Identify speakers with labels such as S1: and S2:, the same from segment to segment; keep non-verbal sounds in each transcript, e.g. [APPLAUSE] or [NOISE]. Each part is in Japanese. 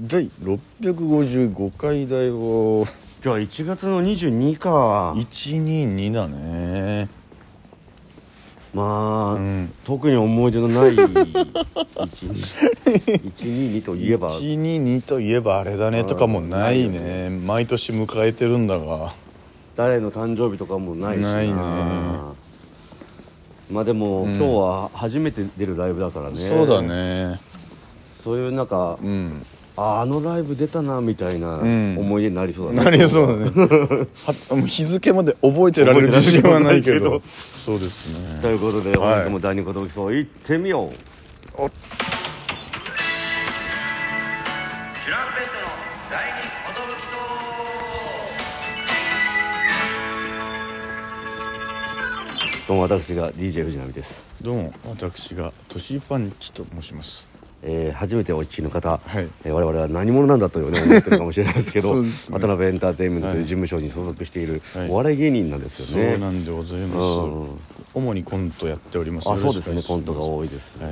S1: 第655回だよ
S2: 今日1月の22か
S1: 122だね
S2: まあ、
S1: ん
S2: 特に思い出のない
S1: [LAUGHS]
S2: 122といえば
S1: 122といえばあれだねとかもないね毎年迎えてるんだが
S2: 誰の誕生日とかもないし
S1: ないね
S2: まあでも、
S1: うん
S2: 今日は初めて出るライブだからね
S1: そうだね
S2: そういうなんか、
S1: うん
S2: ああのライブ出たなみたいな
S1: うん
S2: 思い出になりそうだね、
S1: なりそう
S2: [LAUGHS]
S1: だねはもう日付まで覚えてられる自信はないけど
S2: 覚
S1: そうです
S2: と
S1: ね
S2: いうことで、
S1: はい
S2: 本日も第二言動を行ってみよう
S1: お
S2: チュランペットの第二どうも私が DJ 藤波です、
S1: どうも私がトシパンチと申します
S2: えー、初めてお聞きの方、
S1: はい
S2: えー我々は何者なんだという、ね、思ってるかもしれないですけど
S1: [LAUGHS] そうですね
S2: 渡辺エンターテインメントという事務所に所属している
S1: はい
S2: お笑い芸人なんです
S1: そ
S2: よね、
S1: うなんでございます
S2: うん
S1: 主にコントやっております
S2: あそうです
S1: よろ
S2: ね
S1: しく
S2: コ
S1: お願
S2: ン
S1: いし
S2: トが
S1: ます
S2: 多いです、
S1: は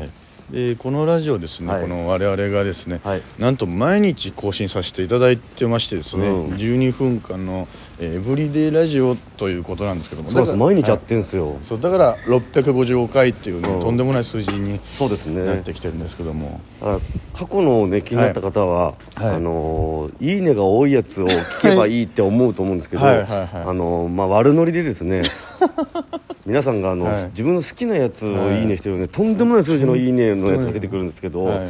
S1: い、でこのラジオですね、
S2: はい
S1: この我々がですね、
S2: はい
S1: なんと毎日更新させていただいてましてですね、
S2: うん
S1: 12分間の、えーエブリデイラジオということなんですけども
S2: そうで
S1: だか
S2: す
S1: ら
S2: 毎日や
S1: は
S2: ってんすよ、
S1: いそうだから655回っていうね、
S2: うん
S1: とんでもない数字に
S2: そうですね
S1: なってきてるんですけども、
S2: だから過去のね気になった方は、
S1: はいはい
S2: あのーいいねが多いやつを聞けばいいって思うと思うんですけど、
S1: はいはいはい
S2: あのーまあ悪ノリでです
S1: [LAUGHS]
S2: ね皆さんがあの、
S1: はい
S2: 自分の好きなやつを
S1: はい
S2: いいねしてるね、とんでもない数字のいいねのやつが出てくるんですけど、
S1: はい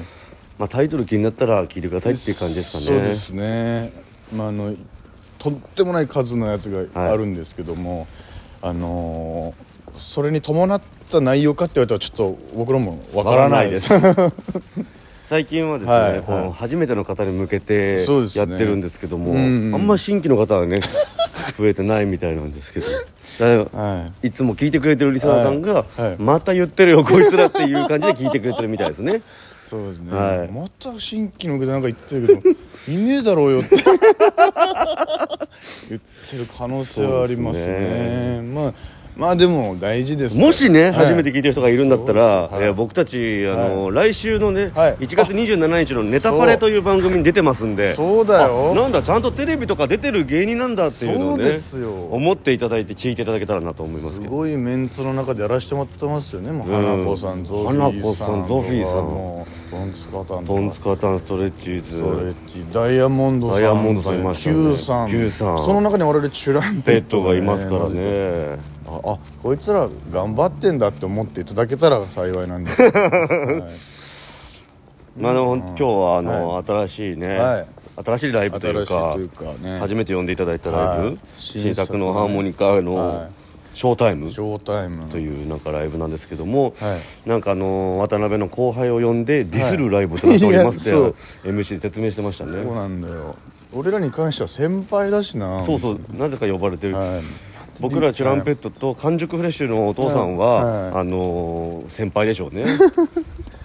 S2: まあタイトル気になったら聞いてくださいっていう感じですかね。
S1: そうですねまああのとってもない数のやつがあるんですけども、あのーそれに伴った内容かって言われたらちょっと僕らもわからないです
S2: わからないです最近はですね、
S1: はい
S2: こ
S1: はい
S2: の初めての方に向けて
S1: そうですね
S2: やってるんですけども、
S1: うんうん
S2: あんま新規の方はね増えてないみたいなんです
S1: [LAUGHS]
S2: けどだから、
S1: はい
S2: つも聞いてくれてるリスナーさんが、
S1: はいはい
S2: また言ってるよこいつらっていう感じで聞いてくれてるみたいですね
S1: [LAUGHS] そうですね、
S2: はい
S1: また新規の受けなんか言ってるけど [LAUGHS] いねえだろうよって [LAUGHS] 言ってる可能性はあります
S2: そう
S1: ねまあまあでも大事です
S2: もし
S1: は
S2: ね、
S1: い
S2: 初めて聞いてる人がいるんだったら、
S1: はい
S2: いや僕たちあの、来週のね、
S1: はい
S2: 1月27日の「ネタパレ」という番組に出てますんで
S1: そうだよ
S2: あなんだちゃんとテレビとか出てる芸人なんだっていうのを
S1: そう
S2: ね
S1: ですよ
S2: 思っていただいて聞いていただけたらなと思いますすけど
S1: ごいメンツの中でやらせてもらってますよねもう
S2: うん
S1: 花子さんゾフィーさん
S2: 花子さんゾフィーさん
S1: とかもうトンツカタンと
S2: トン
S1: か
S2: ツカタンストレッチーズ
S1: ストレッチダイヤモンドさん
S2: ダイヤモンドさんいましたね
S1: Q さん
S2: Q さん
S1: その中に我々チュランペ
S2: ペ
S1: ッ
S2: ッ
S1: ト
S2: ト
S1: が
S2: が
S1: ね
S2: いますから
S1: マジで
S2: ね
S1: ああこいつら頑張ってんだって思っていただけたら幸いなんです
S2: [LAUGHS]
S1: けど、はい
S2: まあでも今日はあの、新しいね、
S1: はい
S2: 新しいライブというか
S1: 新しいというかね
S2: 初めて呼んでいただいたライブ、
S1: はい
S2: 新作のハーモニカ
S1: は
S2: のショータイム
S1: ショータイム
S2: というなんかライブなんですけども、
S1: はい
S2: なんかあの渡辺の後輩を呼んでディスるライブとなっておりまして、
S1: [LAUGHS] はいいや
S2: MC で説明してました
S1: そう
S2: ね
S1: なんだよ俺らに関しては先輩だしな
S2: そうそうなぜか呼ばれてる、
S1: はい
S2: 僕らチュランペットと完熟フレッシュのお父さんは、
S1: はいはい
S2: あのー先輩で
S1: [LAUGHS]
S2: しょうね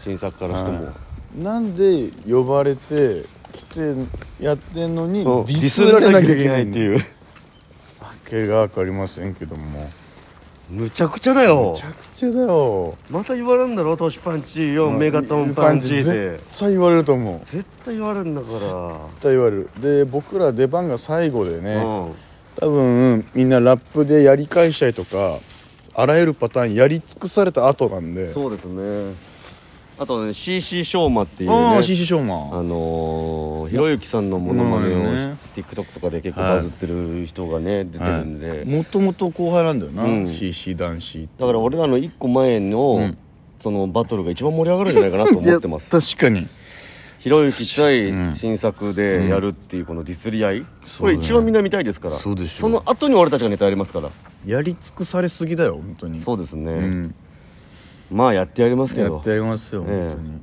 S2: 新作からしても、
S1: なんで呼ばれて来てやってんのにデ
S2: そう
S1: ィスられなきゃいけない
S2: ディスられなきゃいけないっていう
S1: わけがわかりませんけども
S2: むちゃくちゃだよ
S1: めちゃくちゃだよ
S2: また言われるんだろトシパンチよメガトンパンチで
S1: 絶
S2: 絶
S1: 対言われると思う絶
S2: 対言われるんだか
S1: 対言われるで僕ら出番が最後でね、
S2: ら、うん、
S1: 多分みんなラップでやり返したりとかあらゆるパターンやり尽くされた後なんで
S2: そうですねあとね CC ショーマっていう
S1: ああ
S2: ね
S1: CC ショー
S2: あ
S1: マン
S2: のー、ひろゆきさんのモノマネを、
S1: モノマネね
S2: TikTok とかで結構バズってる人がね、出てるんで、
S1: もともと後輩なんだよな、
S2: うん
S1: CC 男子
S2: だから俺らの1個前の、
S1: うん
S2: そのバトルが一番盛り上がるんじゃないかなと思ってます
S1: 確かに
S2: [LAUGHS] ひろゆき
S1: うん
S2: 対新作でやるっていうこのディスり合い、
S1: そ
S2: こ
S1: うだ
S2: れ
S1: よ
S2: 一番みんな見たいですから
S1: そうでしょ
S2: の後に俺たちがネタやりますから
S1: やり尽くされすぎだよ本当に
S2: そうですね、
S1: うん
S2: まあやってやりますけ
S1: や
S2: ど
S1: ってやりますよ、
S2: ええ
S1: 本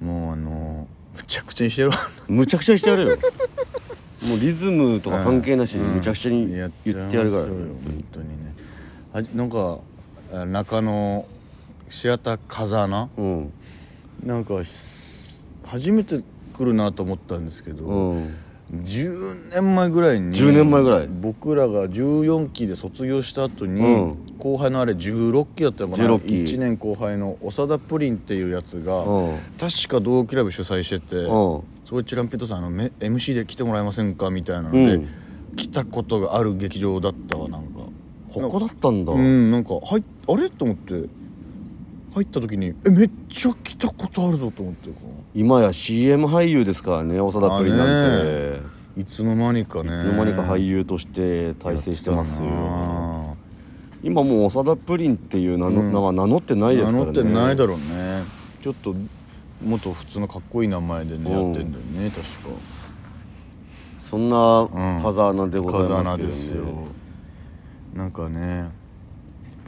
S1: 当にもうあのむちゃくちゃにしてやろ
S2: むちゃくちゃしてやるよ [LAUGHS] もうリズムとか関係なしにむちゃくちゃ
S1: う
S2: に
S1: やっ
S2: 言ってて
S1: や
S2: や
S1: りま
S2: るか
S1: す
S2: ら
S1: よ本当にねあなんかあ中野シアター風穴
S2: うん
S1: なんかし初めて来るなと思ったんですけど、
S2: うん
S1: 10年前ぐらいに
S2: 10年前ぐらい
S1: 僕らが14期で卒業した後に、
S2: うん
S1: 後輩のあれ16期だったのかな
S2: 16期
S1: 1年後輩の長田プリンっていうやつが
S2: うん
S1: 確か同期ライブ主催してて
S2: うん
S1: そこでチランピットさんあのめ MC で来てもらえませんかみたいなので、
S2: うん
S1: 来たことがある劇場だったわなんか
S2: ここだったんだ、
S1: うんなんか入っあれと思って入った時にえめっちゃ来たことあるぞと思ってこ
S2: 今や CM 俳優ですからね長田プリンなんて、
S1: まあういつの間にかねい
S2: いつの間にか俳優として大成してますよ今もう長田プリンっていう名の、
S1: うん
S2: 名は名乗ってないですからね
S1: 名乗ってないだろうねちょっともっと普通のかっこいい名前でね
S2: うん
S1: やってんだよね確か
S2: そんな
S1: うん
S2: 風穴でございますけど、ね
S1: 風穴ですよなんかね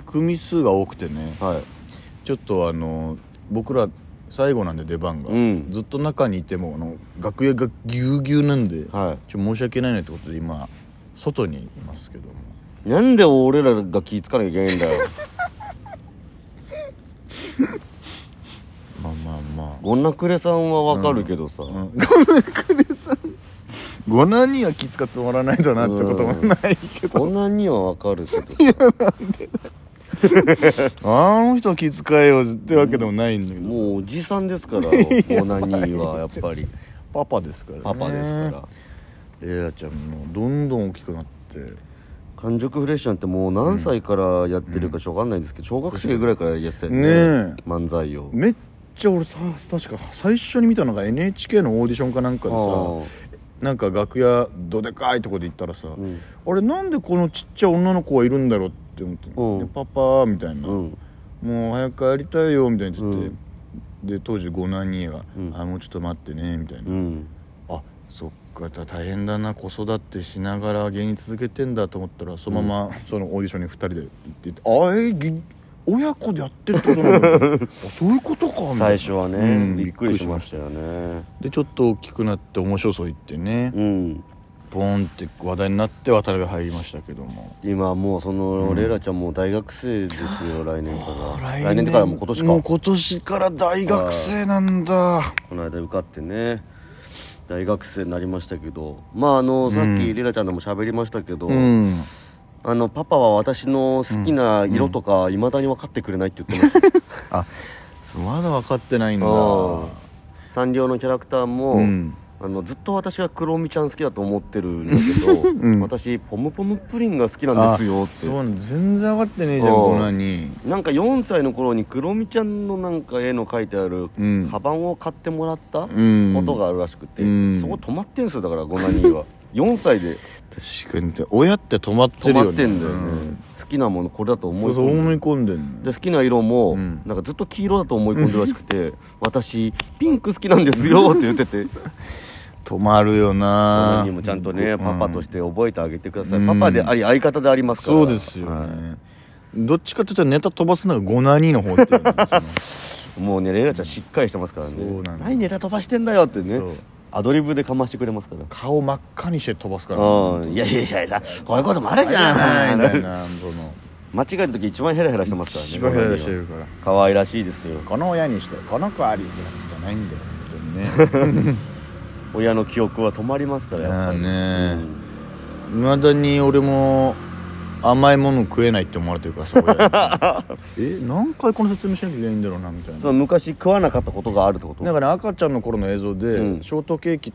S1: 組数が多くてね
S2: はい
S1: ちょっとあの僕ら最後なんで出番が、
S2: うん
S1: ずっと中にいてもあの楽屋がぎゅうぎゅうなんで、
S2: は
S1: ちょ申し訳ないねってことで今外にいますけども
S2: いなんで俺らが気ぃつかなきゃいけないんだよ [LAUGHS]
S1: まあまあまあ
S2: ゴナクレさんはわかるけどさ、
S1: うんごめんくれさんごなには気使ってもらわないとなってこともないけど、
S2: ゴナにはわかるけどさ
S1: あの人は気遣えよってわけでもないんだけど、
S2: もうおじさんですから
S1: [LAUGHS]
S2: ゴナにはやっぱり
S1: パパですからね
S2: パパですから
S1: レイラちゃんもどんどん大きくなって
S2: 完熟フレッシュなんてもう何歳からやってるかちょっとわかんないんですけど小学生ぐらいからやってたよね
S1: ねえ
S2: 漫才を
S1: めっちゃ俺さ確か最初に見たのが NHK のオーディションかなんかでさなんか楽屋どでかいとこで行ったらさ、
S2: ん
S1: あれなんでこのちっちゃい女の子がいるんだろうって思って、
S2: うん
S1: でパパみたい
S2: あ
S1: な、
S2: ーうん
S1: もう早く帰りたいよみたいに言ってて、
S2: うん
S1: で当時五男兄が、
S2: うん
S1: あもうちょっと待ってね」みたいな、
S2: うん
S1: あそっか大変だな子育てしながら芸人続けてんだと思ったらそのまま、そのオーディションに2人で行ってて「あえぎ親子でやってるってことなん
S2: [LAUGHS]
S1: だあそういうことか」みたいな
S2: 最初はね、
S1: うん
S2: びっくりしましたよね
S1: でちょっと大きくなって面白そう言ってね、
S2: うん
S1: ポーンって話題になって渡辺入りましたけども
S2: 今もうその、レイラちゃんもう大学生ですよ来年から来年
S1: だ
S2: だからもう今年か
S1: もう今年から大学生なんだ
S2: この間受かってね大学生になりましたけどまああのさっきレイラちゃんでも喋りましたけど、
S1: うん
S2: あのパパは私の好きな色とかいまだに分かってくれないって言って
S1: [LAUGHS]
S2: ました、
S1: あそうまだ分かってないんだ
S2: あーサンリオのキャラクターも、
S1: うん
S2: あのずっと私はクロミちゃん好きだと思ってるんだけど、私ポムポムプリンが好きなんですよって
S1: そうなの全然分かってねえじゃん
S2: あー
S1: こんなに
S2: なんか4歳の頃にクロミちゃんのなんか絵の描いてある
S1: うん
S2: カバンを買ってもらったこ
S1: ん
S2: とがあるらしくて、
S1: うん
S2: そこ止まってんすよだからゴナニーは4歳で
S1: 確かに親って止まって
S2: 止
S1: るよ
S2: ま
S1: ね
S2: ってん
S1: [LAUGHS]
S2: だよね、
S1: うん
S2: 好きなものこれだと思
S1: そ
S2: いう
S1: そう
S2: 込ん
S1: 思
S2: で
S1: い込んでんの
S2: で好きな色も、
S1: うん
S2: なんかずっと黄色だと思い込んでるらしくて
S1: [LAUGHS]
S2: 私ピンク好きなんですよって言ってて
S1: 止まるよ
S2: ゴナ
S1: な
S2: ニーもちゃんとね、
S1: うん
S2: パパとして覚えてあげてください、
S1: うん
S2: パパであり相方でありますから
S1: そうですよ
S2: は
S1: ねどっちかって言ったらネタ飛ばすのがゴナニの方っていうの
S2: [LAUGHS]
S1: が
S2: いもうねレイラちゃんしっかりしてますからね
S1: そうなんだ
S2: 何ネタ飛ばしてんだよってね
S1: そう
S2: アドリブでかましてくれますから
S1: 顔真っ赤にして飛ばすから
S2: うんいやいやいやいやこういうこともあるじゃん
S1: みたいなその
S2: [LAUGHS] 間違えた時一番ヘラヘラしてますから
S1: 一番
S2: ね
S1: ヘラヘラしてるから
S2: 可愛らしいですよ
S1: この親にしてこの子ありじゃないんだよ本当にね
S2: 親の記憶は止まりますからやっぱり
S1: ねえ
S2: うん
S1: いまだに俺も甘いもの食えないって思われてるからさ親に [LAUGHS] え何回この説明しなきゃいけないんだろうなみたい
S2: その
S1: な
S2: 昔食わなかったことがあるってこと
S1: だから赤ちゃんの頃の映像で、
S2: うん
S1: ショートケーキ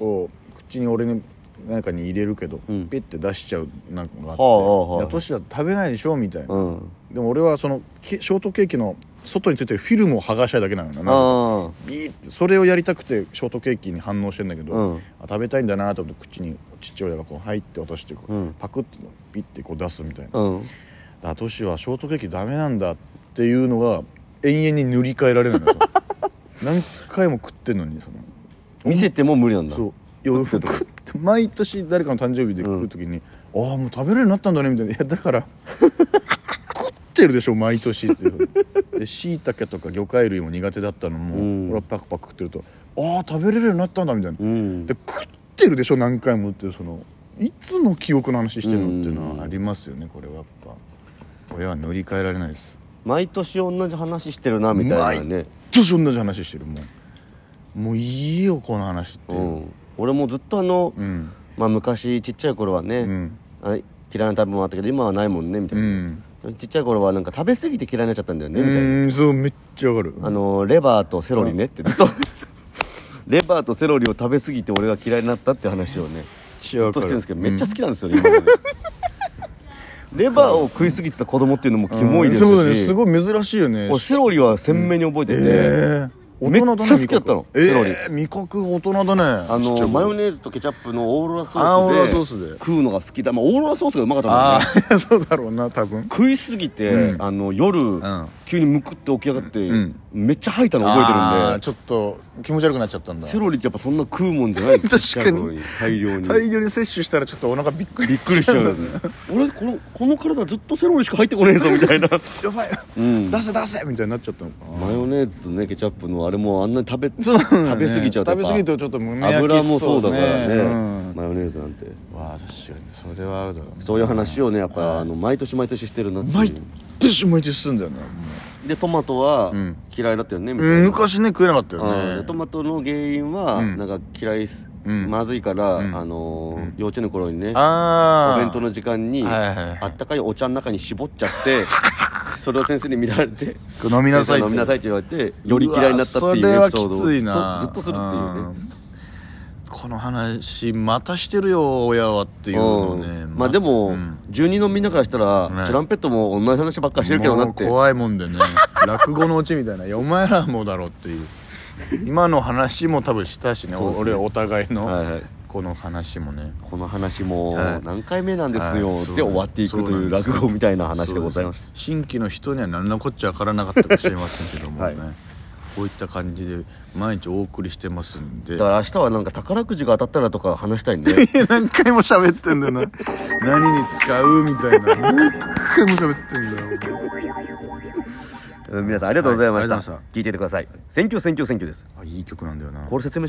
S1: を口に俺に何かに入れるけど、
S2: うん
S1: ピッて出しちゃうなんかがあって
S2: はあはあはい
S1: や年は食べないでしょ」みたいな、
S2: うん
S1: でも俺はそのきショートケーキの外についてるフィルムを剥がしたいだけなのよなぜか
S2: あ
S1: ビーってそれをやりたくてショートケーキに反応してんだけど、
S2: うん
S1: あ食べたいんだなと思って口にちっちゃい親がこう「はい」って渡してこう、
S2: うん
S1: パクッてピッてこう出すみたい
S2: あ
S1: な
S2: うん
S1: 「あトシはショートケーキダメなんだ」っていうのが延々に塗り替えられないのよ何回も食ってんのにその
S2: 見せても無理なんだ
S1: そう洋服食って毎年誰かの誕生日で食う時に「ああもう食べれるようになったんだね」みたいな「いやだから食ってるでしょ毎年」っていう
S2: [LAUGHS]
S1: でしいたけとか魚介類も苦手だったのも、
S2: うん
S1: 俺はパクパク食ってると「ああ食べれるようになったんだ」みたいな、
S2: うん
S1: で食ってるでしょ何回もっていうそのいつの記憶の話してるのっていうの
S2: うん
S1: はありますよねこれはやっぱ親は塗り替えられないです
S2: 毎年同じ話してるなみたいなね
S1: 年同じ話してるもうもういいよこの話っていううん
S2: 俺もずっとあの
S1: うん
S2: まあ昔ちっちゃい頃は
S1: う
S2: ね
S1: ん
S2: あ嫌いな食べ物あったけど今はないもんねみた
S1: う
S2: いなんちっちゃい頃はなんか食べ過ぎて嫌いになっちゃったんだよね
S1: う
S2: みたいな
S1: ーんそうめっちゃわかる
S2: あのレバーとセロリねってずっと [LAUGHS] レバーとセロリを食べ過ぎて俺が嫌いになったって話をね
S1: ち
S2: ず
S1: ゃ
S2: っ
S1: わ
S2: と
S1: か
S2: して
S1: る
S2: るんですけどめっちゃ好きなんですよね、今
S1: [LAUGHS]
S2: までレバーを食い過ぎてた子供っていうのもキモいですし、
S1: うんそうだねすごい珍しいよね
S2: 俺セロリは鮮明に覚えてて、
S1: ええ
S2: めっちゃ好きだったの
S1: ええ
S2: セロリ
S1: 味覚大人だね
S2: あ
S1: ちっちゃ
S2: の
S1: い
S2: マヨネーズとケチャップのオーロラソ
S1: あーオーロ
S2: ー
S1: ラ
S2: スで
S1: ソースで
S2: 食うのが好きだ、まあ、オーロラソースがうまかったんだ
S1: あ
S2: ね
S1: あ [LAUGHS] そうだろうな多分
S2: 食いすぎて、
S1: うん
S2: あの夜、
S1: ん
S2: 急にむくって起き上がって、
S1: うん
S2: めっちゃ吐いたの
S1: あ
S2: 覚えてる
S1: ー
S2: んで
S1: ちょっと気持ち悪くなっちゃったんだ
S2: セロリってやっぱそんな食うもんじゃない
S1: 確かに
S2: ちっちゃい頃大量に
S1: 大量に摂取したらちょっとお腹びっくり
S2: びっくりしちゃうよね俺このこの体ずっとセロリしか入ってこねえぞみたいな
S1: やばい、
S2: うん
S1: 出せ出せみたいになっちゃったのかな
S2: [LAUGHS] マヨネーズとねケチャップのあれもあんなに食べ
S1: そうだね
S2: 食べ過ぎちゃうとやっぱ
S1: 食べ過ぎるとちょっと胸焼
S2: 油
S1: き
S2: も
S1: し
S2: そう
S1: そ
S2: だ
S1: うね
S2: からね、
S1: うん
S2: マヨネーズなんて
S1: わあ確かにそれはあるだろうね
S2: そういう話をねやっぱあの毎年毎年してるなっていう
S1: 毎年毎年すんだよねも
S2: でトマトは
S1: ん
S2: 嫌いだったよねみ
S1: う
S2: たいな、
S1: うん昔ね食えなかった
S2: あー
S1: よ
S2: でト
S1: ね
S2: マトの原因は、
S1: うん
S2: なんか嫌いす、
S1: うん
S2: まずいから、
S1: ん
S2: あのー幼稚園の頃にねお
S1: ああ
S2: 弁当の時間に、
S1: はいはいはい
S2: あったかいお茶の中に絞っちゃって
S1: [LAUGHS]
S2: それを先生に見られて
S1: 飲みなさい
S2: 先
S1: って
S2: 生が飲みなさいって言われてより嫌いになったって
S1: う
S2: いう
S1: わそ
S2: エピ
S1: れ
S2: ソ
S1: は
S2: ード
S1: き
S2: を
S1: ついな
S2: ずっとずっとするっていうね
S1: んこの話またしてるよ親はっていうのね
S2: うんまあでも、
S1: うん
S2: 住人のみんなからしたら、
S1: ね
S2: トランペットも同じ話ばっかりしてるけどなって
S1: もう怖いもんでね [LAUGHS] 落語のうちみたいないやお前らもだろっていう今の話も多分したしね
S2: そうですね
S1: 俺らお互い
S2: はい
S1: の
S2: はい
S1: この話もね
S2: この話も
S1: はい
S2: 何回目なんですよ、
S1: はい
S2: で終わっていくという
S1: そうなんです
S2: 落語みたいな話でございました
S1: そうです新規の人には何のこっちゃ分からなかったかもしれませんけどもね、
S2: は
S1: こういった感じで毎日お送りしてますんで
S2: だから明日はなんか宝くじが当たったらとか話したい
S1: [LAUGHS]
S2: ね
S1: 何回も喋ってんだよな何に使うみたいな何回も喋ってんだよ
S2: 皆さんありがとうございました,、
S1: はいありがとうございま
S2: 聞いててください「センキューセンキューセンキュー」です
S1: あいい曲なんだよな
S2: これ説明